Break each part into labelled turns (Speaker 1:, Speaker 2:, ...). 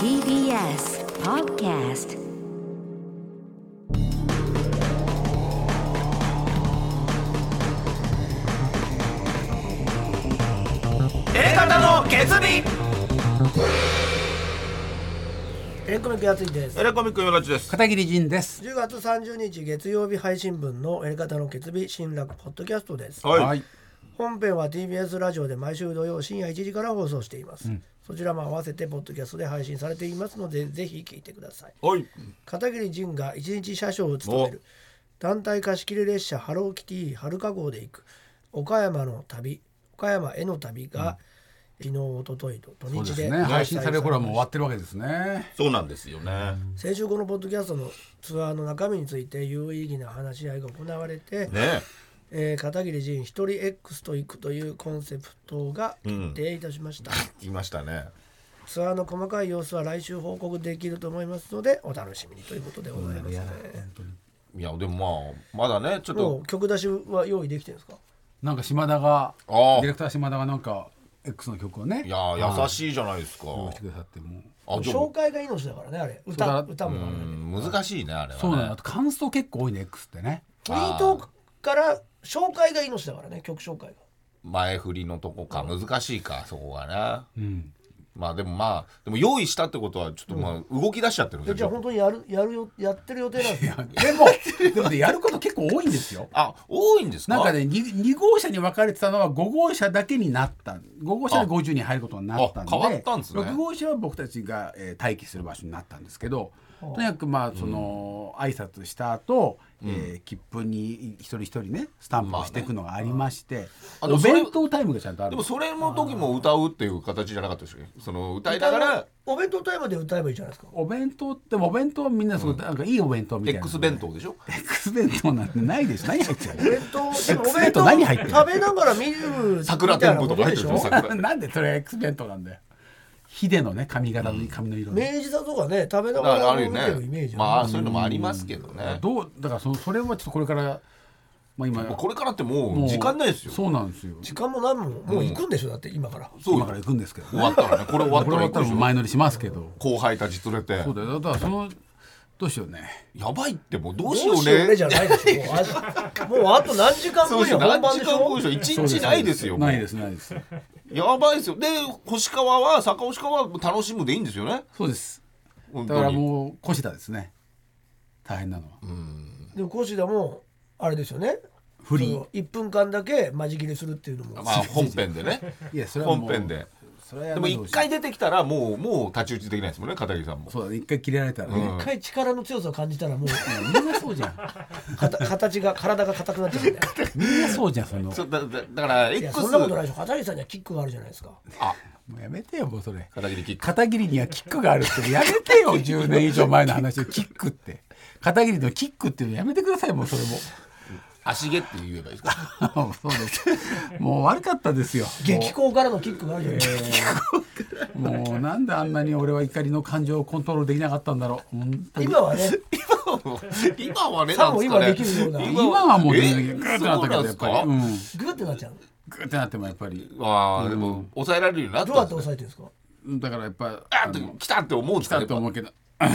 Speaker 1: TBS Podcast
Speaker 2: 方の決意
Speaker 3: エレコミックやついです
Speaker 2: エレコミック今勝ちです
Speaker 4: 片桐仁です。
Speaker 3: 10月30日月曜日配信分の「エレカタの決日新楽ポッドキャスト」です
Speaker 2: はい、
Speaker 3: 本編は TBS ラジオで毎週土曜深夜1時から放送しています、そちらも合わせてポッドキャストで配信されていますのでぜひ聞いてください
Speaker 2: はい、
Speaker 3: 片桐仁が一日車掌を務める団体貸し切り列車ハローキティ春加号で行く岡山の旅岡山への旅が、昨日おとといと土
Speaker 4: そうで
Speaker 3: 日
Speaker 4: す
Speaker 3: で
Speaker 4: ね。配信される頃はもう
Speaker 3: う
Speaker 4: 終わってるわけですね。
Speaker 2: そうなんですよね
Speaker 3: 先週このポッドキャストのツアーの中身について有意義な話し合いが行われて、
Speaker 2: ね
Speaker 3: えー片桐仁一人 X と行くというコンセプトが決定いたしました、
Speaker 2: 言いましたね
Speaker 3: ツアーの細かい様子は来週報告できると思いますのでお楽しみにということでございますね、
Speaker 2: いやでもまあまだねちょっ
Speaker 3: も
Speaker 2: と
Speaker 3: う曲出しは用意できてるんですか
Speaker 4: なんか島田が、デ
Speaker 2: あー
Speaker 4: ィレクター島田がなんか X の曲をね、
Speaker 2: いやー優しいじゃないですか
Speaker 4: いしてくださってもう。
Speaker 2: あで
Speaker 3: 紹
Speaker 2: も
Speaker 3: 介が命だからねあれ歌
Speaker 4: そうだ
Speaker 3: 歌もあ
Speaker 2: う
Speaker 3: れね
Speaker 2: ん難しいねあれはね
Speaker 4: そうなの。あと感想結構多いね X ってね。
Speaker 3: ツイートから紹介が命だからね曲紹介が
Speaker 2: 前振りのとこか難しいかそこがねまあでもまあでも用意したってことはちょっとまあ動き出しちゃってるん
Speaker 3: え
Speaker 2: です
Speaker 3: じゃあ
Speaker 2: よ
Speaker 3: 本当にやるやるよやってる予定な んですか
Speaker 4: でもでもねやること結構多いんですよ。
Speaker 2: あ多いんですか
Speaker 4: なんかね 2, 号車に分かれてたのは5号車だけになった5号車で50人入ることになったんで
Speaker 2: あ変わったんですね
Speaker 4: 6号車は僕たちが、えー待機する場所になったんですけどとにかくまあその、挨拶した後、えー切符に一人一人ねスタンプをしていくのがありまして、
Speaker 2: あでも
Speaker 4: お
Speaker 2: それ
Speaker 4: 弁当タイムがちゃんとあ
Speaker 2: で
Speaker 4: る
Speaker 2: もそれの時も歌うっていう形じゃなかったですよねその歌いながら
Speaker 3: お弁当タイムで歌えばいいじゃないですか
Speaker 4: お弁当ってお弁当はみんなすごい、なんかいいお弁当みたいな
Speaker 2: X 弁当でしょ
Speaker 4: X 弁当なんてないでしょ何入っ て
Speaker 3: お
Speaker 4: る
Speaker 3: 弁当でもお
Speaker 4: 弁当何入ってる
Speaker 3: 食べながら見る
Speaker 2: 桜店舗とか入ってる
Speaker 3: み
Speaker 2: でしょ
Speaker 3: たいなこ
Speaker 2: 桜
Speaker 3: とでしょ
Speaker 4: なんでそれが X 弁当なんだよヒデのね髪型の髪の色ね
Speaker 3: 明治座とかね食べな
Speaker 2: だか
Speaker 3: が
Speaker 2: ら
Speaker 3: ら
Speaker 2: ある
Speaker 3: 見
Speaker 2: よ
Speaker 3: てるイメー
Speaker 2: ね
Speaker 3: ジ
Speaker 2: ま
Speaker 3: あ
Speaker 2: あそういうのもありますけどね
Speaker 4: どうだからそのそれはちょっとこれから、まあ、今
Speaker 2: これからっても
Speaker 4: も
Speaker 2: う
Speaker 4: う
Speaker 2: 時間ないですよ
Speaker 4: そうなんですよ
Speaker 3: る時間も何ももう行くんでしょだって今から
Speaker 2: そう
Speaker 4: 今から行くんですけど、
Speaker 2: 終
Speaker 4: ね、
Speaker 2: わったらねこれ終わった
Speaker 4: これ
Speaker 2: ら
Speaker 4: 終わ
Speaker 2: 行
Speaker 4: っ
Speaker 2: く
Speaker 4: た
Speaker 2: で
Speaker 4: ら
Speaker 2: しょ
Speaker 4: 前乗りしますけど
Speaker 2: 後輩たち連れて
Speaker 4: そうだよだからそのどうしようね
Speaker 2: やばいってもうどうし
Speaker 3: ど
Speaker 2: よう
Speaker 3: うしようね
Speaker 2: ね
Speaker 3: じゃないでしょもうあもうあと何時間
Speaker 2: そうで
Speaker 3: 後に
Speaker 2: すよ
Speaker 3: は
Speaker 2: 何
Speaker 3: 本番
Speaker 2: 時
Speaker 3: でし
Speaker 2: 間後
Speaker 3: ょ
Speaker 2: でしょ一日ないですよ
Speaker 4: ないですないです
Speaker 2: やばいですよで星川は坂星川は楽しむでいいんですよね
Speaker 4: そうです
Speaker 2: 本
Speaker 4: だか
Speaker 2: 当
Speaker 4: ら
Speaker 2: に
Speaker 4: もう越田ですね大変なのは、
Speaker 3: でもコシダもあれですよね
Speaker 4: フリー
Speaker 3: その1分間だけ間仕切りするっていうのも
Speaker 2: まあ本編でね
Speaker 4: いやそれはも
Speaker 2: 本
Speaker 4: う
Speaker 2: 編で
Speaker 4: それは
Speaker 2: で
Speaker 4: や
Speaker 2: も
Speaker 4: めてほし
Speaker 2: 一
Speaker 4: い
Speaker 2: 回出てきたらもうもう太刀打ちできないですもんね片桐さんも
Speaker 4: そうだね一回切れられたらね、
Speaker 3: 一回力の強さを感じたらもう
Speaker 4: みんなそうじゃん
Speaker 3: かた形 が体が硬くなっちゃうんだよ
Speaker 4: みんなそうじゃんそ の
Speaker 2: そうだだだから
Speaker 3: いや
Speaker 2: X
Speaker 3: そんなことないでしょ片桐さんにはキックがあるじゃないですか
Speaker 2: あ
Speaker 4: もうやめてよもうそれ
Speaker 2: 片桐キック
Speaker 4: 片桐にはキックがあるってやめて よ10年以上前の話でキックって片桐のキックっていうのやめてくださいもうそれ
Speaker 2: 足毛って言えばいいですか
Speaker 4: もそうですもう悪かったですよ
Speaker 3: 激高からのキックがあるじゃないですか
Speaker 4: もうなんであんなに俺は怒りの感情をコントロールできなかったんだろう本当に
Speaker 3: 今はね
Speaker 2: 今はね
Speaker 3: さ
Speaker 2: なん
Speaker 3: も
Speaker 2: ですか
Speaker 3: 今
Speaker 2: ね
Speaker 3: できるような
Speaker 2: 今
Speaker 4: 今はもう
Speaker 2: え
Speaker 4: ねグーってなったけどやっぱり
Speaker 2: そう
Speaker 4: う
Speaker 2: なん
Speaker 4: ん
Speaker 3: グーってなっちゃう
Speaker 4: グーってなってもやっぱり
Speaker 2: ああでも抑えられるようになっ
Speaker 3: どうや
Speaker 2: た
Speaker 3: って抑えてるんですか
Speaker 4: うんだからやっぱ
Speaker 2: あっと来たって思うんです
Speaker 4: 来
Speaker 2: か
Speaker 4: た
Speaker 2: ね
Speaker 4: と思うけど
Speaker 3: あ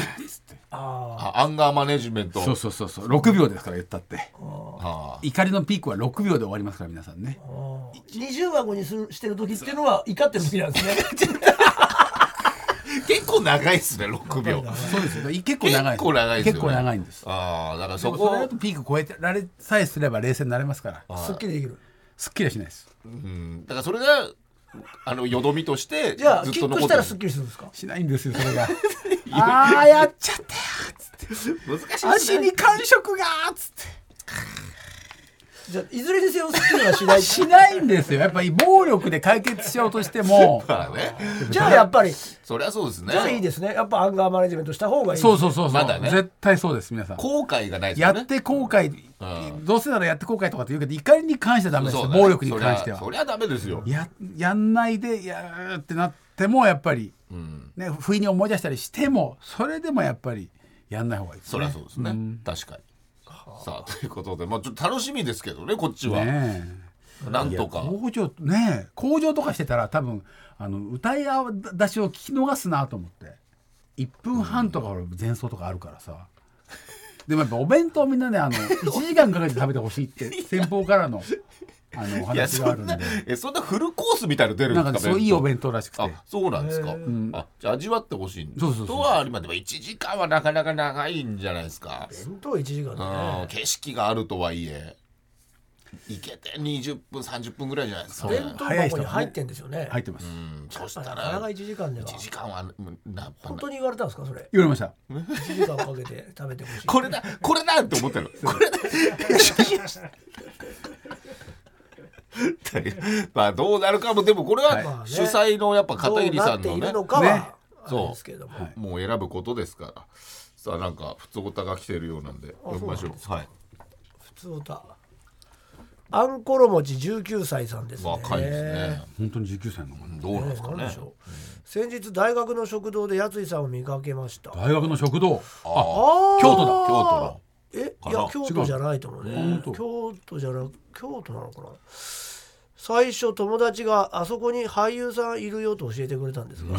Speaker 2: あアンガーマネジメント
Speaker 4: そうそうそうそう6秒ですから言ったって
Speaker 2: あ
Speaker 4: 怒りのピークは6秒で終わりますから皆さんね
Speaker 3: あ20箱にするしてる時っていうのは怒ってる時なんですね
Speaker 2: ー結構長いですね6秒
Speaker 4: そうですよだから結構長
Speaker 2: 結構長いで
Speaker 4: いです
Speaker 2: すよね
Speaker 4: 結構長いんです
Speaker 2: ああだから
Speaker 4: で
Speaker 2: そ
Speaker 4: もそれ
Speaker 2: こ
Speaker 4: だとピーク超えてられさえすれば冷静になれますから
Speaker 3: すっきりできる
Speaker 4: すっきりはしないです
Speaker 2: うんだからそれがあのよどみとして
Speaker 3: じゃあ
Speaker 2: ずっ
Speaker 3: キ
Speaker 2: と
Speaker 3: ッ
Speaker 2: 残
Speaker 3: クし
Speaker 2: って
Speaker 3: たら
Speaker 2: る
Speaker 3: すっきりするんですか
Speaker 4: しないんですよそれがあーやっちゃったよ
Speaker 2: 難しいです
Speaker 4: 足
Speaker 2: ね
Speaker 4: に感触がーっつって
Speaker 3: じゃあいずれにせよすっきりはしない
Speaker 4: しないんですよやっぱり暴力で解決しようとして も
Speaker 2: だからね
Speaker 3: じゃあやっ ぱりじ
Speaker 2: そりゃそうですね
Speaker 3: ゃあいいですねやっぱアンガーマネジメントした方がいい
Speaker 4: そうそうそうそう、
Speaker 2: まだね
Speaker 4: 絶対そうです皆さん
Speaker 2: 後悔がないです
Speaker 4: や
Speaker 2: よね
Speaker 4: って後悔、どうせならやって後悔とかって言うけど怒りに関してはダメですよ、暴力に関しては
Speaker 2: そりゃそりゃダメですよ
Speaker 4: ややんないでやーってなってもやっぱり、ね、不意に思い出したりしてもそれでもやっぱりやんない方がいいです
Speaker 2: そりゃそうですね確かにさあということでまあちょっと楽しみですけどねこっちは
Speaker 4: ねえ
Speaker 2: なんとか
Speaker 4: 工場ね工場とかしてたら多分あの歌い出しを聞き逃すなと思って1分半とか俺前奏とかあるからさ、でもやっぱお弁当みんなねあの1時間かけて食べてほしい って先方からのあのお
Speaker 2: いや
Speaker 4: 話が
Speaker 2: そ
Speaker 4: ある
Speaker 2: ん
Speaker 4: んで
Speaker 2: なえそんなフルコースみたいなの出るんで
Speaker 4: な
Speaker 2: す
Speaker 4: ん
Speaker 2: か
Speaker 4: かねそういいお弁当らしくて
Speaker 2: あそうなんですか、
Speaker 4: ん
Speaker 2: あじゃあ味わってほしいん
Speaker 4: そうそうそう
Speaker 2: とはありまでも1時間はなかなか長いんじゃないですか、
Speaker 3: 弁当1時間
Speaker 2: う
Speaker 3: ね
Speaker 2: ん、景色があるとはいえ行けて20分30分ぐらいじゃないですか、ね
Speaker 3: 弁当箱に入ってんですよね
Speaker 4: 入ってます、
Speaker 2: うん、そした
Speaker 3: なかなから1時間では
Speaker 2: 1時間はうんな
Speaker 3: 本当に言われたんですかそれ
Speaker 4: 言われました
Speaker 3: 1時間をかけて食べてほし い
Speaker 2: これだこれだって思 ってるこれだ まあどうなるかもでもこれ
Speaker 3: まあ
Speaker 2: は
Speaker 3: ね
Speaker 2: 主催のやっぱ片桐さん
Speaker 3: どうな
Speaker 2: のね
Speaker 3: っているのか
Speaker 4: ね
Speaker 3: はあ
Speaker 2: そう
Speaker 3: れですけれども
Speaker 4: はい
Speaker 2: もう選ぶことですからさあなんか普通おたが来てるようなんで読みましょうはい
Speaker 3: 普通歌アンコロ餅19歳さんですね
Speaker 2: 若いですね
Speaker 4: 本当に19歳なのかな
Speaker 2: どうなんですか
Speaker 3: なん
Speaker 2: ね
Speaker 3: でしょう先日大学の食堂でやついさんを見かけました
Speaker 4: 大学の食堂あ
Speaker 3: あー
Speaker 4: 京都だ
Speaker 2: 京都の
Speaker 3: え
Speaker 2: か
Speaker 3: い
Speaker 2: な
Speaker 3: や京都じゃないと思うね
Speaker 4: 本当
Speaker 3: 京都じゃな京都なのかな最初友達があそこに俳優さんいるよと教えてくれたんですが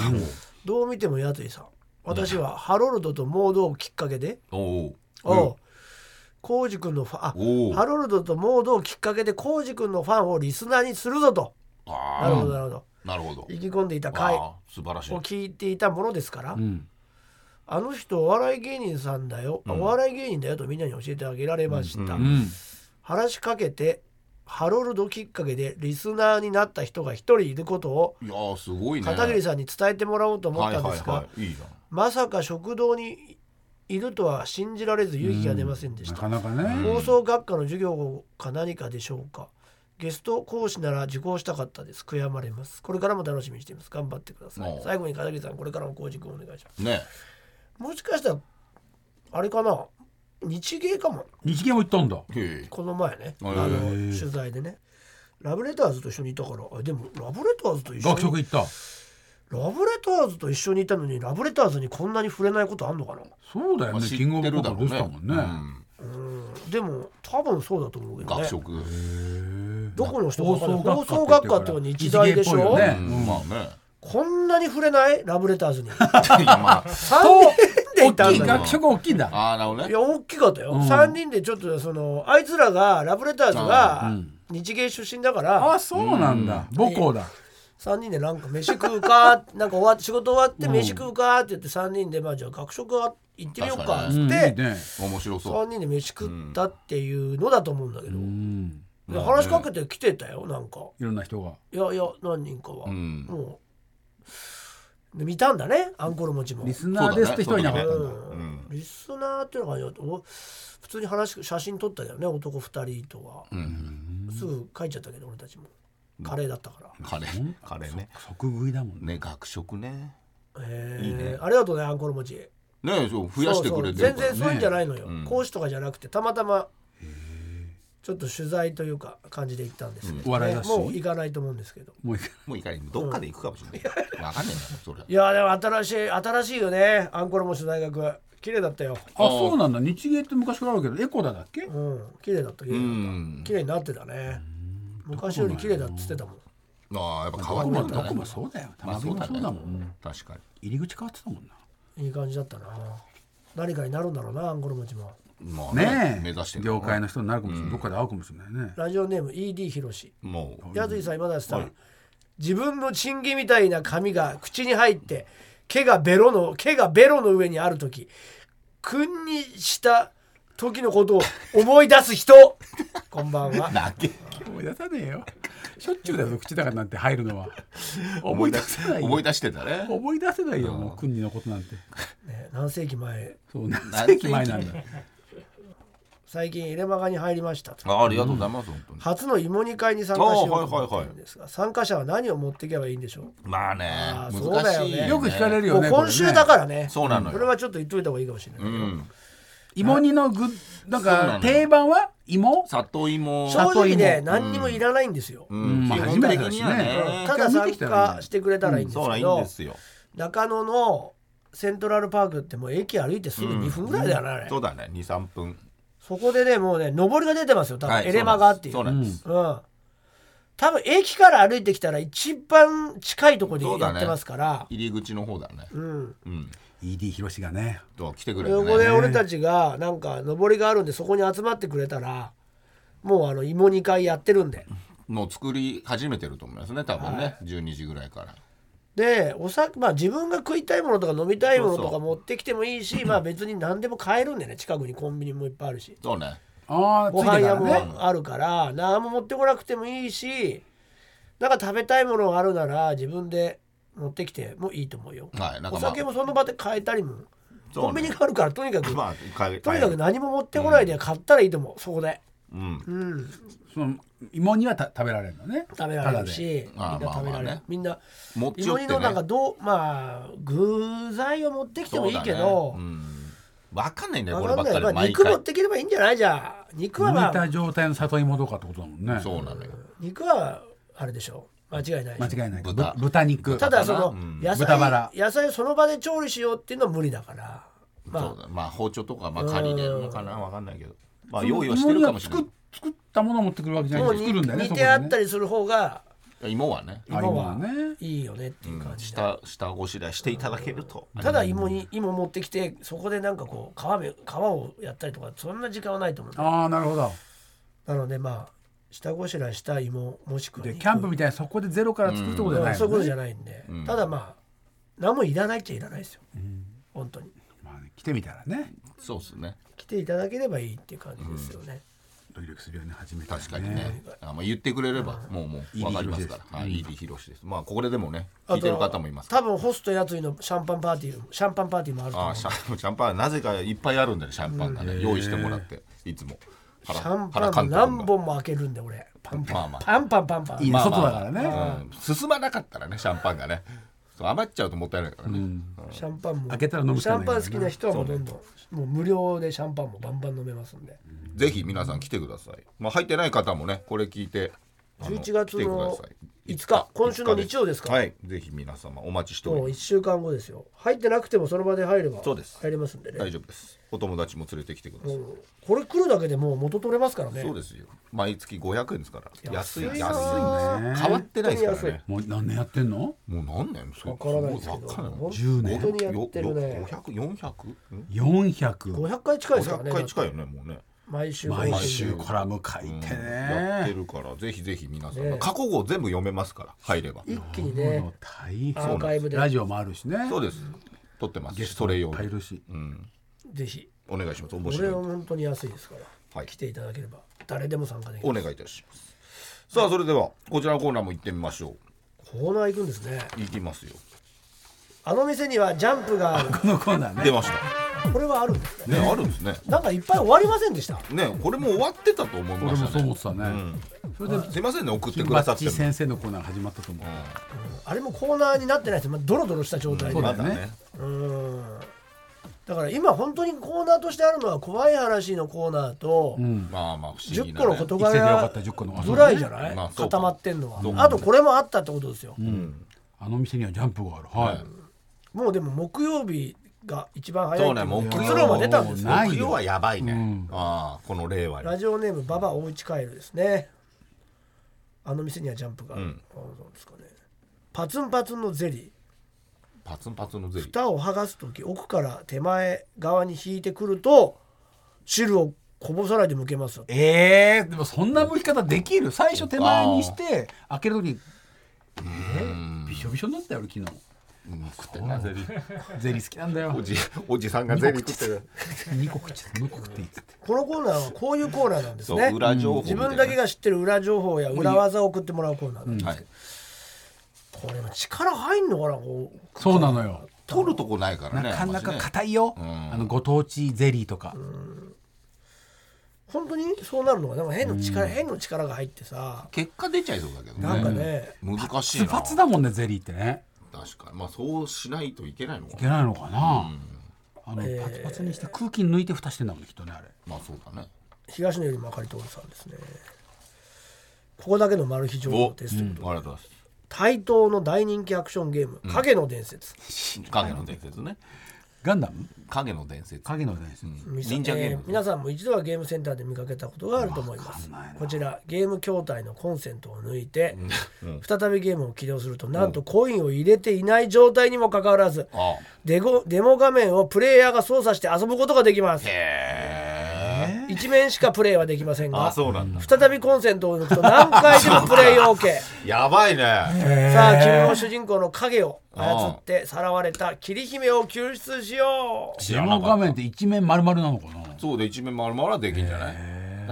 Speaker 3: どう見てもやついさん私はハロルドとモードをきっかけで
Speaker 2: おう
Speaker 3: おう浩二君のファンあ
Speaker 2: おう
Speaker 3: ハロルドとモードをきっかけで浩二君のファンをリスナーにするぞと
Speaker 2: あ
Speaker 3: なるほどなるほど
Speaker 2: ーなるほど
Speaker 3: 意気込んでいた回を
Speaker 2: あー素晴らしい
Speaker 3: 聞いていたものですから、
Speaker 4: うん
Speaker 3: あの人お笑い芸人さんだよ、お笑い芸人だよとみんなに教えてあげられました、
Speaker 4: うん
Speaker 3: 話しかけてハロルドきっかけでリスナーになった人が一人いることを
Speaker 2: いやーすごいね
Speaker 3: 片桐
Speaker 2: さ
Speaker 3: さんに伝えてもらおうと思ったんですが、
Speaker 2: はいはいはいいいじゃん
Speaker 3: まさか食堂にいるとは信じられず勇気が出ませんでし
Speaker 4: な
Speaker 3: た
Speaker 4: か、なかね
Speaker 3: 放送学科の授業か何かでしょうかゲスト講師なら受講したかったです悔やまれますこれからも楽しみにしています頑張ってくださ
Speaker 2: お
Speaker 3: いう最後に片桐さんこれからも浩二君お願いします
Speaker 2: ね
Speaker 3: もしかしたらあれかな日芸かも
Speaker 4: 日芸も行ったんだ
Speaker 2: へえ
Speaker 3: この前ねあ
Speaker 2: へえ
Speaker 3: の取材でねラブレターズと一緒にいたからあでもラブレターズと一緒
Speaker 4: 学食
Speaker 3: に
Speaker 4: 行った
Speaker 3: ラブレターズと一緒にいたのにラブレターズにこんなに触れないことあんのかな
Speaker 4: そうだよ
Speaker 2: まあ
Speaker 4: ね
Speaker 2: 知っ
Speaker 4: キングオ
Speaker 2: て
Speaker 4: ブ
Speaker 2: る
Speaker 4: コン
Speaker 2: だろ
Speaker 4: ト
Speaker 2: う
Speaker 4: 出てたもんね
Speaker 2: うん
Speaker 3: うんでも多分そうだと思うけど
Speaker 2: 学
Speaker 3: ね
Speaker 2: 食
Speaker 3: どこの人かわかんない放
Speaker 4: 放
Speaker 3: 送
Speaker 4: 送
Speaker 3: 学
Speaker 4: 学
Speaker 3: 科
Speaker 4: 科
Speaker 3: っ
Speaker 4: ってて
Speaker 3: の
Speaker 4: 言
Speaker 3: は
Speaker 4: うから
Speaker 3: 日大でし
Speaker 4: 日芸っぽ
Speaker 3: ょ
Speaker 4: いよ
Speaker 2: う
Speaker 4: ね
Speaker 2: んまあね
Speaker 3: こんなに触れないラブレターズ に3
Speaker 2: いやまあ
Speaker 3: 人でいた
Speaker 4: 大き
Speaker 3: ん
Speaker 4: い
Speaker 3: だよ
Speaker 4: 学食大きいんだ
Speaker 2: あーなるほど
Speaker 3: い
Speaker 2: ね
Speaker 3: や大きかったよ、3人でちょっとそのあいつらがラブレターズが日芸出身だから、
Speaker 4: あそうなんだ母校だ
Speaker 3: 3人でなんか飯食うかなんか終わって仕事終わって飯食うかって言って3人でまあじゃあ学食は行ってみようかっつ
Speaker 4: うんい
Speaker 3: っ
Speaker 4: い
Speaker 3: て、
Speaker 4: ね
Speaker 2: 面白そう
Speaker 3: 3人で飯食ったっていうのだと思うんだけど、
Speaker 4: うん
Speaker 3: で話しかけてきてたよなんか
Speaker 4: いろんな人が
Speaker 3: いやいや何人かは、
Speaker 2: ん
Speaker 3: もうで見たんだねアンコール持ちも
Speaker 4: リスナーですって人はいなかったんだ
Speaker 3: うんリスナーっていうのがお普通に話し写真撮ったけどね男2人とは、すぐ書いちゃったけど俺たちもカレーだったから、
Speaker 2: カレーカレーね
Speaker 4: 即食いだもんね
Speaker 2: ね学食ね
Speaker 3: え
Speaker 2: いいね
Speaker 3: ありがとうねアンコール持ち
Speaker 2: ねそう増やしてくれて
Speaker 3: そ
Speaker 2: るから
Speaker 3: うそう全然
Speaker 2: ね
Speaker 3: そういうんじゃないのよ、講師とかじゃなくてたまたまちょっと取材というか感じで行ったんですけど、
Speaker 4: うんお笑いだし
Speaker 3: もう行かないと思うんですけど
Speaker 4: もう一回
Speaker 2: もういかにどっかで行くかもしれないわかんないなそれ
Speaker 3: いやでも新しい新しいよねアンコロモシの大学綺麗だったよ
Speaker 4: あそうなんだ日芸って昔からあるけどエコダだっけ
Speaker 3: うん綺麗だった綺麗だった、
Speaker 2: ん
Speaker 3: 綺麗になってたね昔より綺麗だっつってたもん
Speaker 2: ああやっぱ変
Speaker 4: ど
Speaker 2: わって
Speaker 4: こも
Speaker 2: ん
Speaker 4: ど
Speaker 2: だ
Speaker 4: こ
Speaker 2: ね
Speaker 4: もそうだよた
Speaker 2: ま
Speaker 4: ま
Speaker 2: あ
Speaker 4: び
Speaker 2: そ
Speaker 4: も
Speaker 2: うだ
Speaker 4: そうだもん
Speaker 2: ね確かに
Speaker 4: 入り口変わってたもんない
Speaker 3: い感じだったな何かになるんだろうなアンコロモチも
Speaker 2: まあ
Speaker 4: ねえ
Speaker 2: 目指してる
Speaker 4: 業界の人になるかもしれないどっかで会うかもしれないね
Speaker 3: ラジオネーム ED ひろし
Speaker 2: もう
Speaker 3: やついさん今田さん、自分のチンギみたいな髪が口に入って毛がベロの毛がベロの上にある時君にした時のことを思い出す人こんばんは
Speaker 2: だけ
Speaker 4: 思い出さねえよしょっちゅうだよ口だからなんて入るのは 思い出せないよ
Speaker 2: 思い出してたね
Speaker 4: 思い出せないよもう国のことなんて
Speaker 3: ね何世紀前
Speaker 4: そう何世紀前なんだ
Speaker 3: 最近入れマガに入りましたと
Speaker 2: あありがとうございます本当に
Speaker 3: 初の芋煮会に参加しようと思ってるんですが、参加者は何を持っていけばいいんでしょ
Speaker 2: まあ
Speaker 3: あ
Speaker 2: ね
Speaker 3: ーそうだよ
Speaker 2: 難
Speaker 3: ね
Speaker 2: しい
Speaker 4: よく聞かれ
Speaker 2: る
Speaker 4: る
Speaker 3: う
Speaker 4: よ
Speaker 3: もう
Speaker 4: ね
Speaker 3: 今週だ
Speaker 4: ら
Speaker 3: からね
Speaker 2: そうなのよ
Speaker 3: これはちょっと言っといた方がいいかもしれないけど、
Speaker 2: うん
Speaker 4: 芋煮の具なん
Speaker 2: そうなの
Speaker 4: か
Speaker 2: よ
Speaker 4: 定番は芋
Speaker 2: 里芋
Speaker 3: 正直ね
Speaker 4: 里芋
Speaker 3: 何にもいらないんですよ、
Speaker 2: うん
Speaker 4: まあ
Speaker 2: 基本的
Speaker 4: 初めてだし
Speaker 2: に
Speaker 4: ね
Speaker 2: は
Speaker 4: うん
Speaker 2: ね
Speaker 3: ただ参加してくれたらいいんですけど、
Speaker 2: そうなんいいんですよ
Speaker 3: 中野のセントラルパークってもう駅歩いてすぐ2分ぐらいだよね、あれ
Speaker 2: そうだね23分
Speaker 3: そこでねもうね上りが出てますよ多分、
Speaker 2: はい
Speaker 3: エレマガっていう
Speaker 2: そうなんです
Speaker 3: うん多分駅から歩いてきたら一番近いところ
Speaker 2: そう
Speaker 3: でや
Speaker 2: だね
Speaker 3: ってますから
Speaker 2: 入り口の方だね
Speaker 3: うん、
Speaker 2: うん、
Speaker 4: ED 広しがね
Speaker 2: と来てくれ
Speaker 3: そ
Speaker 2: る
Speaker 3: こで
Speaker 2: ね
Speaker 3: 俺たちがなんか上りがあるんでそこに集まってくれたらもうあの芋2回やってるんで
Speaker 2: もう作り始めてると思いますね多分ね、12時ぐらいから
Speaker 3: でお酒まあ自分が食いたいものとか飲みたいもの
Speaker 2: そ
Speaker 3: と
Speaker 2: うそ
Speaker 3: か
Speaker 2: う
Speaker 3: 持ってきてもいいしまあ別に何でも買えるんでね近くにコンビニもいっぱいあるし
Speaker 2: そうね
Speaker 4: ああつ
Speaker 3: ご
Speaker 4: い
Speaker 3: 飯
Speaker 4: てか
Speaker 3: 屋
Speaker 4: らね
Speaker 3: もあるから何も持ってこなくてもいいしなんか食べたいものがあるなら自分で持ってきてもいいと思うよ、
Speaker 2: はいなんかまあ
Speaker 3: お酒もその場で買えたりも
Speaker 2: そうね
Speaker 3: コンビニがあるからとにかく、
Speaker 2: まあか
Speaker 3: とにかく何も持ってこないで買ったらいいと思う、そこで、
Speaker 2: うん
Speaker 3: うん、
Speaker 4: その芋にはた食べられるのね
Speaker 3: 食べられるしみん
Speaker 2: ああ
Speaker 3: な食
Speaker 2: ま
Speaker 3: べられる、
Speaker 2: あまあね
Speaker 3: みんな
Speaker 2: 持ち寄っ
Speaker 3: 芋煮
Speaker 2: て
Speaker 3: のなんか
Speaker 2: ね
Speaker 3: どうまあ具材を持ってきてもいいけ
Speaker 2: そう
Speaker 3: ど、
Speaker 2: だねうん、分かんないんだよ
Speaker 3: わ
Speaker 2: これば
Speaker 3: か
Speaker 2: っ
Speaker 3: んない
Speaker 2: か
Speaker 3: ま
Speaker 2: り
Speaker 3: あ
Speaker 2: 毎
Speaker 3: 肉
Speaker 2: 回
Speaker 3: 持ってければいいんじゃないじゃあ肉は
Speaker 4: 剥
Speaker 3: ま
Speaker 4: い
Speaker 3: あ
Speaker 4: た状態の里芋とかってことだもんね
Speaker 2: そうなのよ
Speaker 3: 肉はあれでしょ間違いないでしょ
Speaker 4: 間違いないぶ
Speaker 2: 豚
Speaker 4: 豚肉
Speaker 3: ただその
Speaker 2: うん
Speaker 3: 野
Speaker 4: 豚バラ
Speaker 3: 菜野菜をその場で調理しようっていうのは無理だからま
Speaker 2: そう
Speaker 3: あ
Speaker 2: だまあ包丁とかまあ仮でのかなわかんないけどまあ
Speaker 4: その
Speaker 2: 用意はしてるかもしれ
Speaker 4: 芋には作っ作ったものを持ってくるわけじゃな
Speaker 3: もう
Speaker 4: い作るんだよね
Speaker 3: 煮
Speaker 4: そこ
Speaker 3: て
Speaker 4: で
Speaker 3: あ
Speaker 4: ね
Speaker 3: ったりする方が
Speaker 2: ない芋はね
Speaker 4: あ
Speaker 3: 芋
Speaker 4: 芋は
Speaker 3: は
Speaker 4: ね
Speaker 3: いいよねっていう感じ
Speaker 2: 下
Speaker 3: だ
Speaker 2: 下ごしらえしていただけると
Speaker 3: ただ芋に芋持ってきてそこでなんかこう皮め皮をやったりとかそんな時間はないと思うんだよ
Speaker 4: ああなるほど
Speaker 3: なのでまあ下ごしらえした芋もしくは
Speaker 4: で
Speaker 3: 肉
Speaker 4: キャンプみたいにそこでゼロから作るってことじゃ
Speaker 3: う
Speaker 4: なんい
Speaker 3: そういうこ
Speaker 4: も
Speaker 3: と
Speaker 4: ん
Speaker 3: じ
Speaker 4: ね
Speaker 3: ゃないんで
Speaker 2: うん
Speaker 3: ただまあ何もいらないっちゃいらないですよ本当に
Speaker 4: まあね来てみたらね
Speaker 2: そうですね
Speaker 3: 来ていただければいいっていう感じですよね
Speaker 4: 努力するよね初めて
Speaker 2: 確かにねあまあ言ってくれればもうもうわかりますからはい ED 広しですまあこれでもね聞いてる方もいます
Speaker 3: 多分ホストやついのシャンパンパーティーシャンパンパーティーもあると思
Speaker 2: あ
Speaker 3: う
Speaker 2: ーシャンシャンパンなぜかいっぱいあるんだよシャンパンがね用意してもらっていつもシ
Speaker 3: シャンパン何本も開けるんで俺パンパン、
Speaker 2: まあまあ
Speaker 3: パンパンパンパン
Speaker 4: いいね
Speaker 2: まあまあ
Speaker 4: 外だからね
Speaker 2: うん進まなかったらねシャンパンがねそう余っちゃうともったいないからね、
Speaker 3: シャンパンも
Speaker 4: 開けたら飲むしかな
Speaker 3: シ
Speaker 4: い
Speaker 3: ャン
Speaker 4: か
Speaker 3: パ
Speaker 4: ら
Speaker 3: ン
Speaker 4: ね
Speaker 3: 好きな人はもうどんどん、もう無料でシャンパンもバンバン飲めますんで、
Speaker 2: ぜひ皆さん来てくださいまあ入ってない方もねこれ聞いてあの
Speaker 3: 11月
Speaker 2: 来
Speaker 3: の
Speaker 2: てください
Speaker 3: 5日今週の日曜ですか
Speaker 2: はいぜひ皆様お待ちしており
Speaker 3: もう
Speaker 2: ま
Speaker 3: 1
Speaker 2: す
Speaker 3: 週間後ですよ入ってなくてもその場で入れば
Speaker 2: そうです
Speaker 3: 入れますんでね
Speaker 2: 大丈夫ですお友達も連れてきてください、
Speaker 3: うんこれ来るだけでもう元取れますからね
Speaker 2: そうですよ毎月500円ですから安い安
Speaker 3: 安い
Speaker 2: い
Speaker 3: な
Speaker 4: ね
Speaker 2: 変わってないですからね
Speaker 4: もう何年やってんの
Speaker 2: もう何年そ
Speaker 3: わからないですけど
Speaker 2: わかんない
Speaker 4: 10年
Speaker 3: 本当にやってるね
Speaker 2: 500400
Speaker 4: 400
Speaker 3: 500回近いですからね
Speaker 2: 500回近いよねもうね
Speaker 3: 毎週
Speaker 4: 毎
Speaker 3: 更新
Speaker 4: 週コラム書いて
Speaker 2: やって
Speaker 4: ね
Speaker 2: るからぜひぜひ皆さ
Speaker 3: ね
Speaker 2: ん過去号全部読めますから入れば
Speaker 3: 一気にね
Speaker 4: 大変
Speaker 3: アーカイブで
Speaker 4: ラジオもあるしね
Speaker 2: そうです撮ってますそれ用
Speaker 4: いっぱいい
Speaker 2: に
Speaker 4: るし
Speaker 2: うん
Speaker 3: ぜひ
Speaker 2: お願いします面
Speaker 3: こ
Speaker 2: 白
Speaker 3: れ
Speaker 2: い
Speaker 3: は本当に安いですから、
Speaker 2: はい
Speaker 3: 来ていただければ誰でも参加でき
Speaker 2: お
Speaker 3: る
Speaker 2: 願いいたしますさあそれではこちらのコーナーも行ってみましょ
Speaker 3: コーナー行くんですね
Speaker 2: う行きますよ
Speaker 3: あの店にはジャンプがある
Speaker 4: このコーナー
Speaker 2: 出
Speaker 4: ね
Speaker 2: ました
Speaker 3: これはあるんですね
Speaker 2: ねあるんですね
Speaker 3: なんかいっぱい終わりませんでした
Speaker 2: ねこれもう終わってたと思い
Speaker 4: 俺
Speaker 2: ま
Speaker 4: も
Speaker 2: した
Speaker 4: そう思
Speaker 2: ね
Speaker 4: ってたねそれで
Speaker 2: すいませんね送って
Speaker 4: 金
Speaker 2: くださ
Speaker 4: 八
Speaker 2: っても
Speaker 4: 先生のコーナー始まったと思う
Speaker 3: あれもコーナーになってないですまあドロドロした状態で、
Speaker 4: そう
Speaker 3: う
Speaker 4: だ
Speaker 2: ま
Speaker 4: よ
Speaker 2: だね
Speaker 3: んだから今本当にコーナーとしてあるのは怖い話のコーナーと、
Speaker 4: うん
Speaker 2: まあまあ不思議
Speaker 3: 10
Speaker 2: な
Speaker 3: 個の
Speaker 2: ね
Speaker 3: 事
Speaker 4: 生きててよか
Speaker 3: 柄
Speaker 4: った10個の
Speaker 3: ぐらいじゃない、
Speaker 2: まあそうか
Speaker 3: 固まってんのは、
Speaker 2: そう
Speaker 3: あとこれもあったってことですよ、
Speaker 4: あの店にはジャンプがあるはい
Speaker 3: もうでも木曜日が一番早い
Speaker 2: そう
Speaker 3: ってい
Speaker 2: ね
Speaker 3: う
Speaker 2: 木
Speaker 3: 結
Speaker 2: 曜
Speaker 3: 論は出たんですよ
Speaker 4: ないよ
Speaker 2: 木曜はやばいね、ああこの令和
Speaker 3: ラ
Speaker 2: に
Speaker 3: ジオネームババおうち帰るですねあの店にはジャンプがある、
Speaker 2: うん
Speaker 3: あそうですかねパツンパツンのゼリー
Speaker 2: パツンパツンのゼリー
Speaker 3: 蓋を剥がす時奥から手前側に引いてくると汁をこぼさないで剥けますよ
Speaker 4: えー、でもそんな剥き方できる最初手前にして開けるときえー、びしょびしょになったよ俺昨
Speaker 2: うん食ってんなゼリー
Speaker 4: 日ゼリー好きなんだよ
Speaker 2: おじおじさんがゼリー食ってる
Speaker 4: 2個食っちゃった2個食っていいっつって
Speaker 3: このコーナーはこういうコーナーなんです
Speaker 2: そう
Speaker 3: ね
Speaker 2: 裏情報みた
Speaker 3: 自
Speaker 2: いな
Speaker 3: 分だけが知ってる裏情報や裏技を送ってもらうコーナーなんです、
Speaker 2: はい
Speaker 3: これは力入んのかなこう
Speaker 4: そうなのよ
Speaker 2: 取るとこないから
Speaker 4: な
Speaker 2: ね
Speaker 4: かなか
Speaker 2: まずね
Speaker 4: 硬いよ、
Speaker 2: ん
Speaker 4: あのご当地ゼリーとか、
Speaker 3: 本当にそうなるのかななんか変の力、変の力が入ってさ
Speaker 2: 結果出ちゃいそうだけどね
Speaker 3: なんかね、
Speaker 2: 難しい
Speaker 4: ス
Speaker 2: な
Speaker 4: パツだもんねゼリーってね
Speaker 2: 確かにまあそうしないといけないのか
Speaker 4: いけ
Speaker 2: な
Speaker 4: ないのかな、あのパツパツにして空気抜いて蓋してんだもんねきっとねあれ
Speaker 2: まあそうだね
Speaker 3: 東野よりもあかりとおるさんですねここだけのマル秘情
Speaker 2: お、うん、
Speaker 3: 報
Speaker 2: あ
Speaker 3: で
Speaker 2: り
Speaker 3: すということで
Speaker 2: がとうございます
Speaker 3: 対等の大人気アクションゲーム「影の伝説」
Speaker 2: 影の伝説ね
Speaker 4: ガンダム
Speaker 2: 影の伝説
Speaker 4: 影の伝説、
Speaker 2: 忍者ゲーム
Speaker 3: えー皆さんも一度はゲームセンターで見かけたことがあると思います
Speaker 4: わかんないな
Speaker 3: こちらゲーム筐体のコンセントを抜いて、再びゲームを起動するとなんとコインを入れていない状態にもかかわらず、
Speaker 2: あ
Speaker 3: デゴデモ画面をプレイヤーが操作して遊ぶことができます
Speaker 2: へえ
Speaker 3: 一面しかプレイはできません
Speaker 2: あ
Speaker 3: が
Speaker 2: そうなんだ
Speaker 3: 再びコンセントを抜くと何回でもプレイ OK
Speaker 2: やばいね
Speaker 3: さあ君も主人公の影を操ってさらわれた桐姫を救出しよう
Speaker 2: 知
Speaker 4: デ
Speaker 2: らなか
Speaker 4: モ
Speaker 2: った
Speaker 4: 画面って一面丸々なのかな
Speaker 2: そうで一面丸々はできんじゃないだか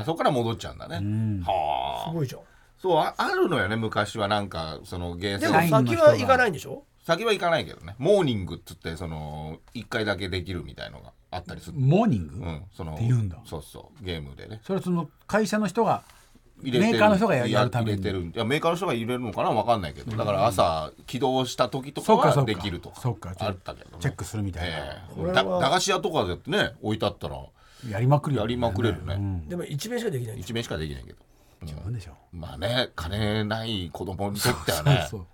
Speaker 2: らそこから戻っちゃうんだねは
Speaker 3: す
Speaker 2: あ
Speaker 3: ごいじゃん
Speaker 2: そうああるのよね昔はなんかそのゲー
Speaker 3: で
Speaker 2: セ
Speaker 3: も
Speaker 4: ラ
Speaker 2: ン
Speaker 4: インの
Speaker 3: 先
Speaker 4: 人
Speaker 3: は
Speaker 4: が
Speaker 3: 行かないんでしょ
Speaker 2: 先はいかないけどねモーニングっつってその1回だけできるみたいのがあったりする
Speaker 4: モーニング、
Speaker 2: うんその
Speaker 4: って言うんだ
Speaker 2: そうそうゲームでね
Speaker 4: それはその会社の人が
Speaker 2: 入れてる
Speaker 4: メーカーの人がや
Speaker 2: いや
Speaker 4: やるために
Speaker 2: 入れてるいやメーカーの人が入れるのかなわかんないけどだから朝起動した時とか
Speaker 4: そうかそ
Speaker 2: は
Speaker 4: うか
Speaker 2: できるとか
Speaker 4: そうか
Speaker 2: あったけどね
Speaker 4: チェックするみたいな、
Speaker 2: ええ
Speaker 3: これは
Speaker 2: だ駄菓子屋とかでね置いてあったら
Speaker 4: やりまくるよ、
Speaker 2: やりまくれるね、
Speaker 3: でも一面しかできないんでしょ
Speaker 2: 一面しかできないけど、うん
Speaker 4: なんでしょう
Speaker 2: まあね金ない子供にとってはね
Speaker 4: そう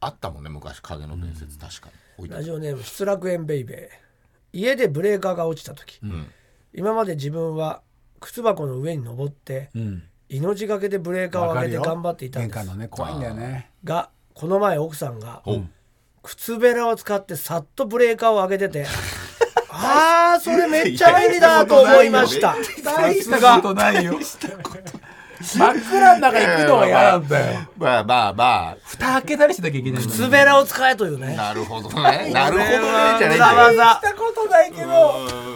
Speaker 2: あったもんね昔影の伝説確かに置いてあ
Speaker 3: ラ
Speaker 2: る
Speaker 3: ジオネーム失楽園ベイベー家でブレーカーが落ちた時、今まで自分は靴箱の上に登って、命がけでブレーカーを
Speaker 4: わか
Speaker 3: 上
Speaker 4: る
Speaker 3: げて
Speaker 4: よ
Speaker 3: 頑張っていたんで
Speaker 4: 玄関
Speaker 3: す
Speaker 4: のね怖いんだよね
Speaker 3: がこの前奥さんが
Speaker 2: お
Speaker 3: 靴べらを使ってさっとブレーカーを上げ ててあーそれめっちゃ便利だと思いましたさ
Speaker 4: 大し
Speaker 3: す
Speaker 4: た
Speaker 3: が
Speaker 4: ことないよ真っ暗の中行くのが嫌なんだよ
Speaker 2: まあまあま
Speaker 4: 蓋開けたりしなきゃいけないのに
Speaker 3: 靴べらを使えという
Speaker 2: あ
Speaker 3: ね
Speaker 2: なるほど ねなるほどねじゃないん
Speaker 3: 裏
Speaker 2: だよ
Speaker 3: 技
Speaker 4: したことないけど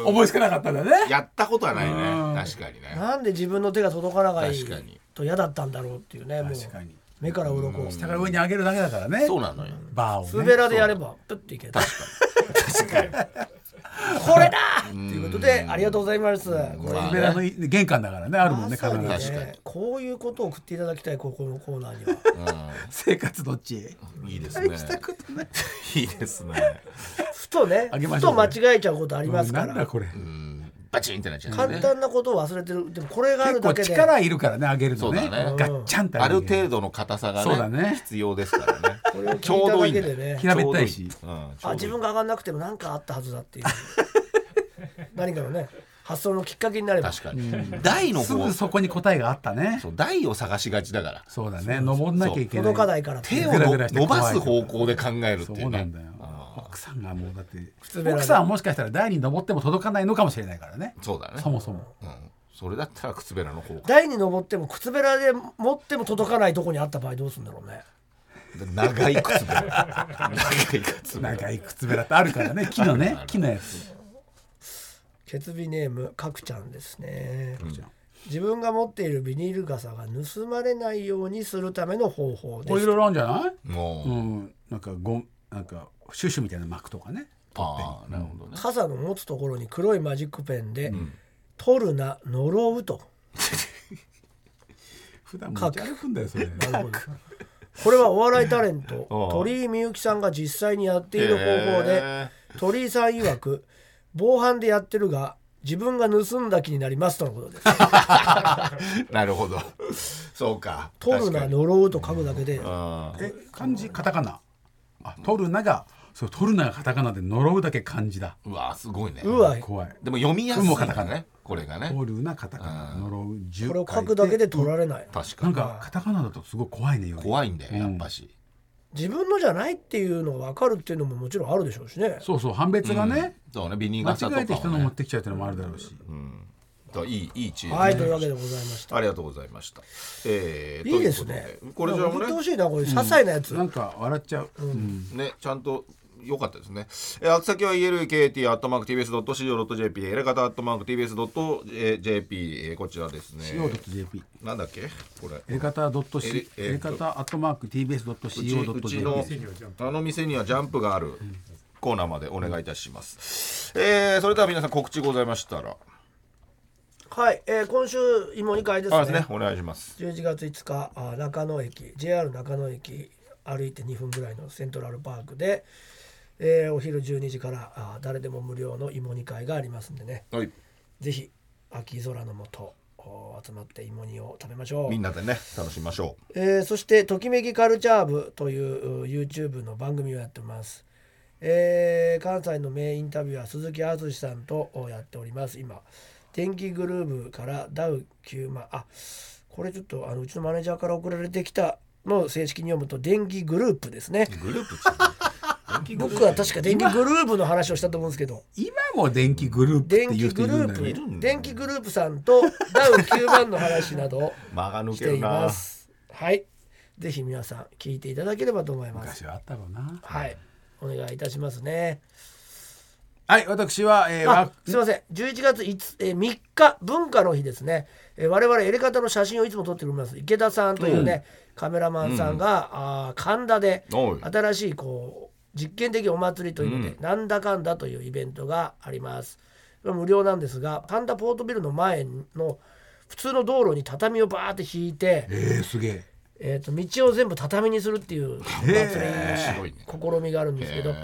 Speaker 4: 思いつかなかったんだね
Speaker 2: やったことはないね確かにね
Speaker 3: なんで自分の手が届かながい
Speaker 2: 確かに
Speaker 3: と嫌だったんだろうっていうねもう
Speaker 4: 確かに
Speaker 3: 目から鱗
Speaker 4: 下から上に上げるだけだからね
Speaker 2: そうなのよ
Speaker 4: バーを
Speaker 3: 靴
Speaker 4: ね
Speaker 3: べらでやればプッていける これだということでありがとうございますこれ
Speaker 2: まあ
Speaker 4: 靴べらの玄関だからねあるもんね
Speaker 3: まさに
Speaker 4: 必
Speaker 2: 確
Speaker 4: ず
Speaker 2: か
Speaker 3: ね
Speaker 2: に
Speaker 3: こういうことを送っていただきたいここのコーナーには
Speaker 4: 生活どっち
Speaker 2: いいですねいいですね
Speaker 3: ふとね
Speaker 4: あげま
Speaker 3: ふ
Speaker 4: しょ
Speaker 3: と
Speaker 4: う
Speaker 3: 間違えちゃうことありますか
Speaker 4: なんだ
Speaker 3: ら
Speaker 4: これ
Speaker 2: うんバチンってなっちゃう
Speaker 3: 簡
Speaker 2: ね
Speaker 3: 単なことを忘れてるでもこれがある
Speaker 4: 結
Speaker 3: だ
Speaker 4: 構
Speaker 3: けで
Speaker 4: 力いるからね上げる
Speaker 2: そ
Speaker 4: の
Speaker 2: う
Speaker 4: ね
Speaker 2: だ
Speaker 4: ガ
Speaker 2: ね
Speaker 4: ッチャンって
Speaker 2: ある
Speaker 4: 上げ
Speaker 2: 程度の硬さが
Speaker 4: そうだね
Speaker 2: ね必要です からねち
Speaker 3: 聞い
Speaker 2: ょう
Speaker 3: た
Speaker 2: どい
Speaker 3: だ
Speaker 2: いん
Speaker 3: け
Speaker 2: だ
Speaker 3: で
Speaker 2: よ
Speaker 3: ね
Speaker 4: 平べったいし
Speaker 2: うんちょ
Speaker 3: あ
Speaker 2: うど
Speaker 3: 自
Speaker 2: いい
Speaker 3: 分が上がんなくても何かあったはずだっ ていう何かのね発想のきっかけになれば
Speaker 2: 確かに台の
Speaker 4: すぐ
Speaker 2: 方
Speaker 4: そこに答えがあったね
Speaker 2: そう台を探しがちだから
Speaker 4: そうだね登んなきゃいけない
Speaker 3: 届かないからって
Speaker 2: 手
Speaker 3: いう
Speaker 2: を
Speaker 4: ぐら
Speaker 2: の
Speaker 4: ぐらして
Speaker 2: 伸ばす方向で考えるってい
Speaker 4: そううな
Speaker 2: ね
Speaker 4: んだよ奥さんがもうだって
Speaker 3: べらで
Speaker 4: 奥さんはもしかしたら台に登っても届かないのかもしれないからね
Speaker 2: そうだね
Speaker 4: そもそも
Speaker 2: うんそれだったら靴べらの方が
Speaker 3: 台に登っても靴べらで持っても届かないとこにあった場合どうするんだろうね
Speaker 2: 長い靴べら長い靴べら
Speaker 4: 長い靴べらってあ るからね木のね木のやつ
Speaker 3: ケツビネームかくちゃんですね、自分が持っているビニール傘が盗まれないようにするための方法
Speaker 4: こ
Speaker 3: で
Speaker 4: れい
Speaker 3: す
Speaker 4: ろいろあるんじゃない
Speaker 2: もう、
Speaker 4: うんなんかゴンなんかシュシュみたいなの巻くとかね
Speaker 2: ああなるほどね
Speaker 3: 傘の持つところに黒いマジックペンで「取るな呪う」と
Speaker 4: 普段持ち歩くんだよそれ
Speaker 3: これはお笑いタレント
Speaker 2: ああ
Speaker 3: 鳥居みゆきさんが実際にやっている方法で、
Speaker 2: へ
Speaker 3: 鳥居さん曰く防犯でやってるが自分が盗んだ気になりますとのこ とです
Speaker 2: ーなるほどそうか
Speaker 3: 取るな
Speaker 2: 確かに
Speaker 3: 呪うと書くだけで
Speaker 2: うん
Speaker 4: え漢字カタカナあ取るながそう取るながカタカナで呪うだけ漢字だ
Speaker 2: うわすごいね
Speaker 3: うわ
Speaker 4: 怖い
Speaker 2: でも読みやすい
Speaker 4: うんもうカタカ
Speaker 2: よ
Speaker 4: ナ
Speaker 2: ねこれがね
Speaker 4: 取るなカタカナ呪う10
Speaker 3: これを書くだけで取られない
Speaker 2: 確
Speaker 4: な
Speaker 2: か
Speaker 4: ん
Speaker 2: に
Speaker 4: かカタカナだとすごい怖いねより
Speaker 2: 怖いんだよやっぱし、
Speaker 3: 自分のじゃないっていうのが分かるっていうのももちろんあるでしょうしね
Speaker 4: そうそう判別がね
Speaker 2: そうねビニール
Speaker 4: 間
Speaker 2: 傘とか
Speaker 4: 違えて人の
Speaker 2: も、
Speaker 4: 持
Speaker 2: ね
Speaker 4: ってきちゃうっていうのもあるだろうし
Speaker 2: と、いいいい知恵ですね
Speaker 3: はいというわけでございまし た
Speaker 2: ありがとうございました。えー、
Speaker 3: いいですね
Speaker 2: ということでこれじゃあも
Speaker 3: 送ってほ
Speaker 2: う
Speaker 3: しいなこれ些細なやつ
Speaker 4: なんか笑っちゃううん
Speaker 2: ね、ね、ちゃんと良かったですね。えー、あつ先は ELKT アットマーク TBS.CO.JP、エレガタアットマーク TBS.JP、えー、こちらですね。
Speaker 4: CO.jp
Speaker 2: なんだっけこれ。
Speaker 4: エレカタドット
Speaker 2: エレ
Speaker 4: C
Speaker 2: えー
Speaker 4: エレカタアットマーク
Speaker 2: うちうちの
Speaker 4: TBS.CO.jp
Speaker 2: あの店にはジャンプがあるコーナーまでお願いいたします。えー、それでは皆さん告知ございましたら、
Speaker 3: はい、えー今週芋煮会です
Speaker 2: あ
Speaker 3: ね
Speaker 2: ですね、お願いします。
Speaker 3: 11月5日あ中野駅 JR 中野駅歩いて2分ぐらいのセントラルパークで、えーお昼12時からあ誰でも無料の芋煮会がありますんでね
Speaker 2: はい、
Speaker 3: ぜひ秋空のもとお集まって芋煮を食べましょう
Speaker 2: みんなでね、楽しみましょ
Speaker 3: えーそして「ときめきカルチャー部」というう YouTube の番組をやってます、えー関西の名インタビュアー鈴木敦さんとやっております今天気グルーブからダウ9万あこれちょっとあのうちのマネージャーから送られてきたのを正式に読むと電気グループですね
Speaker 2: グループっつうの電気グループ
Speaker 3: 僕は確か電気グループの話をしたと思うんですけど
Speaker 4: 今も電気グループって
Speaker 3: 電
Speaker 4: いう
Speaker 3: 気
Speaker 4: 人
Speaker 3: グ
Speaker 4: い
Speaker 3: ル
Speaker 4: るんだよね
Speaker 3: ープ電気グループさんとダウ9万の話 などを
Speaker 2: 間が抜
Speaker 3: し
Speaker 2: け
Speaker 3: て
Speaker 2: る
Speaker 3: い
Speaker 2: な
Speaker 3: ますはいぜひ皆さん聞いていただければと思います
Speaker 4: 昔はあったろうな
Speaker 3: はい、お願いいたしますね。
Speaker 4: はい私は、えー
Speaker 3: あ
Speaker 4: わ、
Speaker 3: すみません。11月5えー3日文化の日ですね。えー我々エレカタの写真をいつも撮っております池田さんというね、カメラマンさんが、あー神田で
Speaker 2: おい
Speaker 3: 新しいこう実験的お祭りというので、なんだかんだというイベントがあります。これ無料なんですが、神田ポートビルの前の普通の道路に畳をバーって引いて、
Speaker 4: えー、すげえ
Speaker 3: えー、と道を全部畳にするっていうお祭り
Speaker 2: 面白いね
Speaker 3: 試みがあるんですけど、
Speaker 2: へー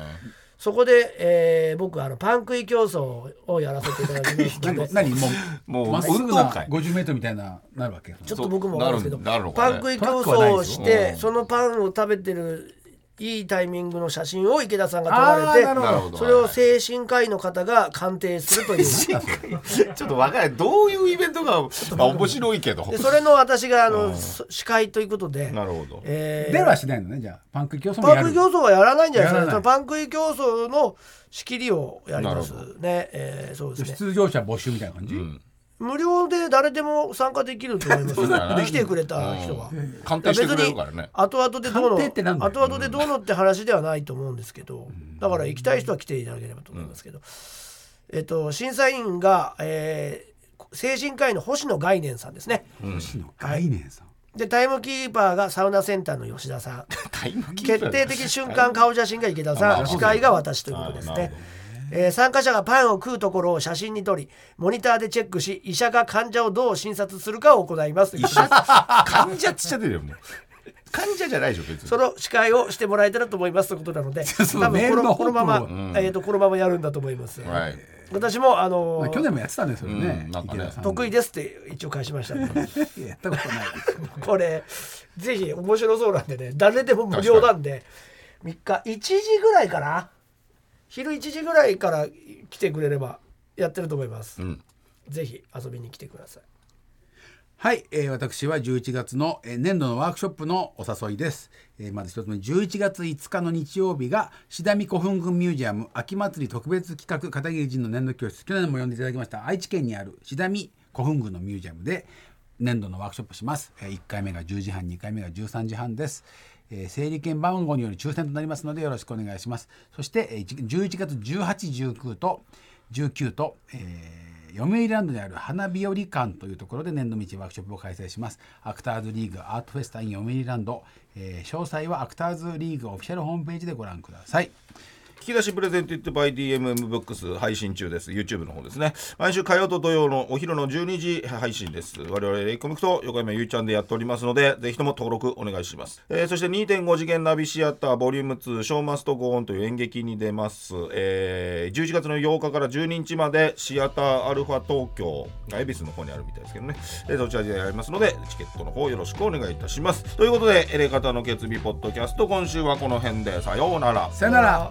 Speaker 3: そこで、えー、僕あのパン食い競争をやらせていただきます ので
Speaker 4: 何もう
Speaker 2: もう
Speaker 4: まっすぐ
Speaker 2: 運
Speaker 4: な
Speaker 2: 動会
Speaker 4: 50メートルみたいななるわけ
Speaker 3: ちょっと僕も分かるんですけど
Speaker 2: そうなるの
Speaker 3: パ
Speaker 2: か
Speaker 3: ン
Speaker 2: ね
Speaker 3: 食い
Speaker 4: トラ
Speaker 3: 競
Speaker 4: ックはない
Speaker 3: 争
Speaker 4: で
Speaker 3: を
Speaker 4: し
Speaker 3: し
Speaker 4: ょ
Speaker 3: て
Speaker 2: うん
Speaker 3: そのパンを食べてるいいタイミングの写真を池田さんが
Speaker 4: あ
Speaker 3: 撮られて
Speaker 4: ーなるほど
Speaker 2: なるほど
Speaker 3: それを精神科医の方が鑑定するというで
Speaker 2: ちょっとわかんないどういうイベントがまあ面白いけど
Speaker 3: それの私があのそ司会ということで、
Speaker 2: なるほど
Speaker 3: えー
Speaker 4: 出るはしないのねじゃあパン食い競争も
Speaker 3: パ
Speaker 4: や
Speaker 3: ン
Speaker 4: る
Speaker 3: 食い競争はやらないんじゃないですかね
Speaker 4: やらない
Speaker 3: そのパン食い競争の仕切りをやります
Speaker 2: なる
Speaker 3: ね、えーそうですね
Speaker 4: 出場者募集みたいな感じ、
Speaker 3: 無料で誰でも参加できると思います
Speaker 2: うだよね
Speaker 3: 来てくれた人は
Speaker 2: うん鑑定してくれるからね
Speaker 3: 別に後々でどうの
Speaker 4: 鑑定ってなんだよ
Speaker 3: 後々でどうのって話ではないと思うんですけどだから行きたい人は来ていただければと思いますけど、えっと審査員が、えー精神科医の星野概念さんですね
Speaker 4: 星野概念さん
Speaker 3: でタイムキーパーがサウナセンターの吉田さん
Speaker 2: タイムキーパ
Speaker 3: 決
Speaker 2: ー
Speaker 3: 定的瞬間顔写真が池田
Speaker 2: あ
Speaker 3: さ
Speaker 2: まあ
Speaker 3: ん司会が私ということです
Speaker 2: なる
Speaker 3: ね
Speaker 2: ほどね。
Speaker 3: えー参加者がパンを食うところを写真に撮りモニターでチェックし医者が患者をどう診察するかを行います
Speaker 2: 患者っつっちゃってるよもう患者じゃないでしょ別に
Speaker 3: その司会をしてもらえたらと思いますということなので
Speaker 4: そう
Speaker 3: 多分こ
Speaker 4: メールの
Speaker 3: のこのまま、
Speaker 4: 方法
Speaker 3: えー、とこのままやるんだと思います、
Speaker 2: はい
Speaker 3: 私も、あのー
Speaker 4: まあ去年もやってたんですよね、
Speaker 2: うんなんかね
Speaker 4: 池田さん
Speaker 3: 得意ですって一応返しました、
Speaker 4: いややったことない
Speaker 3: これぜひ面白そうなんでね誰でも無料なんで3日1時ぐらいかな昼1時ぐらいから来てくれればやってると思います、
Speaker 2: ん
Speaker 3: ぜひ遊びに来てください
Speaker 4: はい、えー私は11月の、えー年度のワークショップのお誘いです、えーまず一つ目11月5日の日曜日が志田見古墳群ミュージアム秋祭り特別企画片桐仁の年度教室去年も呼んでいただきました愛知県にある志田見古墳群のミュージアムで年度のワークショップします、え1回目が10時半2回目が13時半です、えー整理券番号による抽選となりますのでよろしくお願いしますそして、えーじ11月1819と19と、えー読売ランドにある花日和館というところで年度道ワークショップを開催しますアクターズリーグアートフェスタイン読売ランド、えー詳細はアクターズリーグオフィシャルホームページでご覧ください
Speaker 2: 聞き出しプレゼンティッドバイ DMM ブックス配信中です YouTube の方ですね毎週火曜と土曜のお昼の12時配信です我々レイコミックと横山ゆいちゃんでやっておりますのでぜひとも登録お願いします、えーそして2.5次元ナビシアターボリューム2ショーマストゴーンという演劇に出ます、えー11月の8日から12日までシアターアルファ東京恵比寿の方にあるみたいですけどね、えーそちらでやりますのでチケットの方よろしくお願いいたしますということでエレカタの決意ポッドキャスト今週はこの辺でさようなら
Speaker 4: さよなら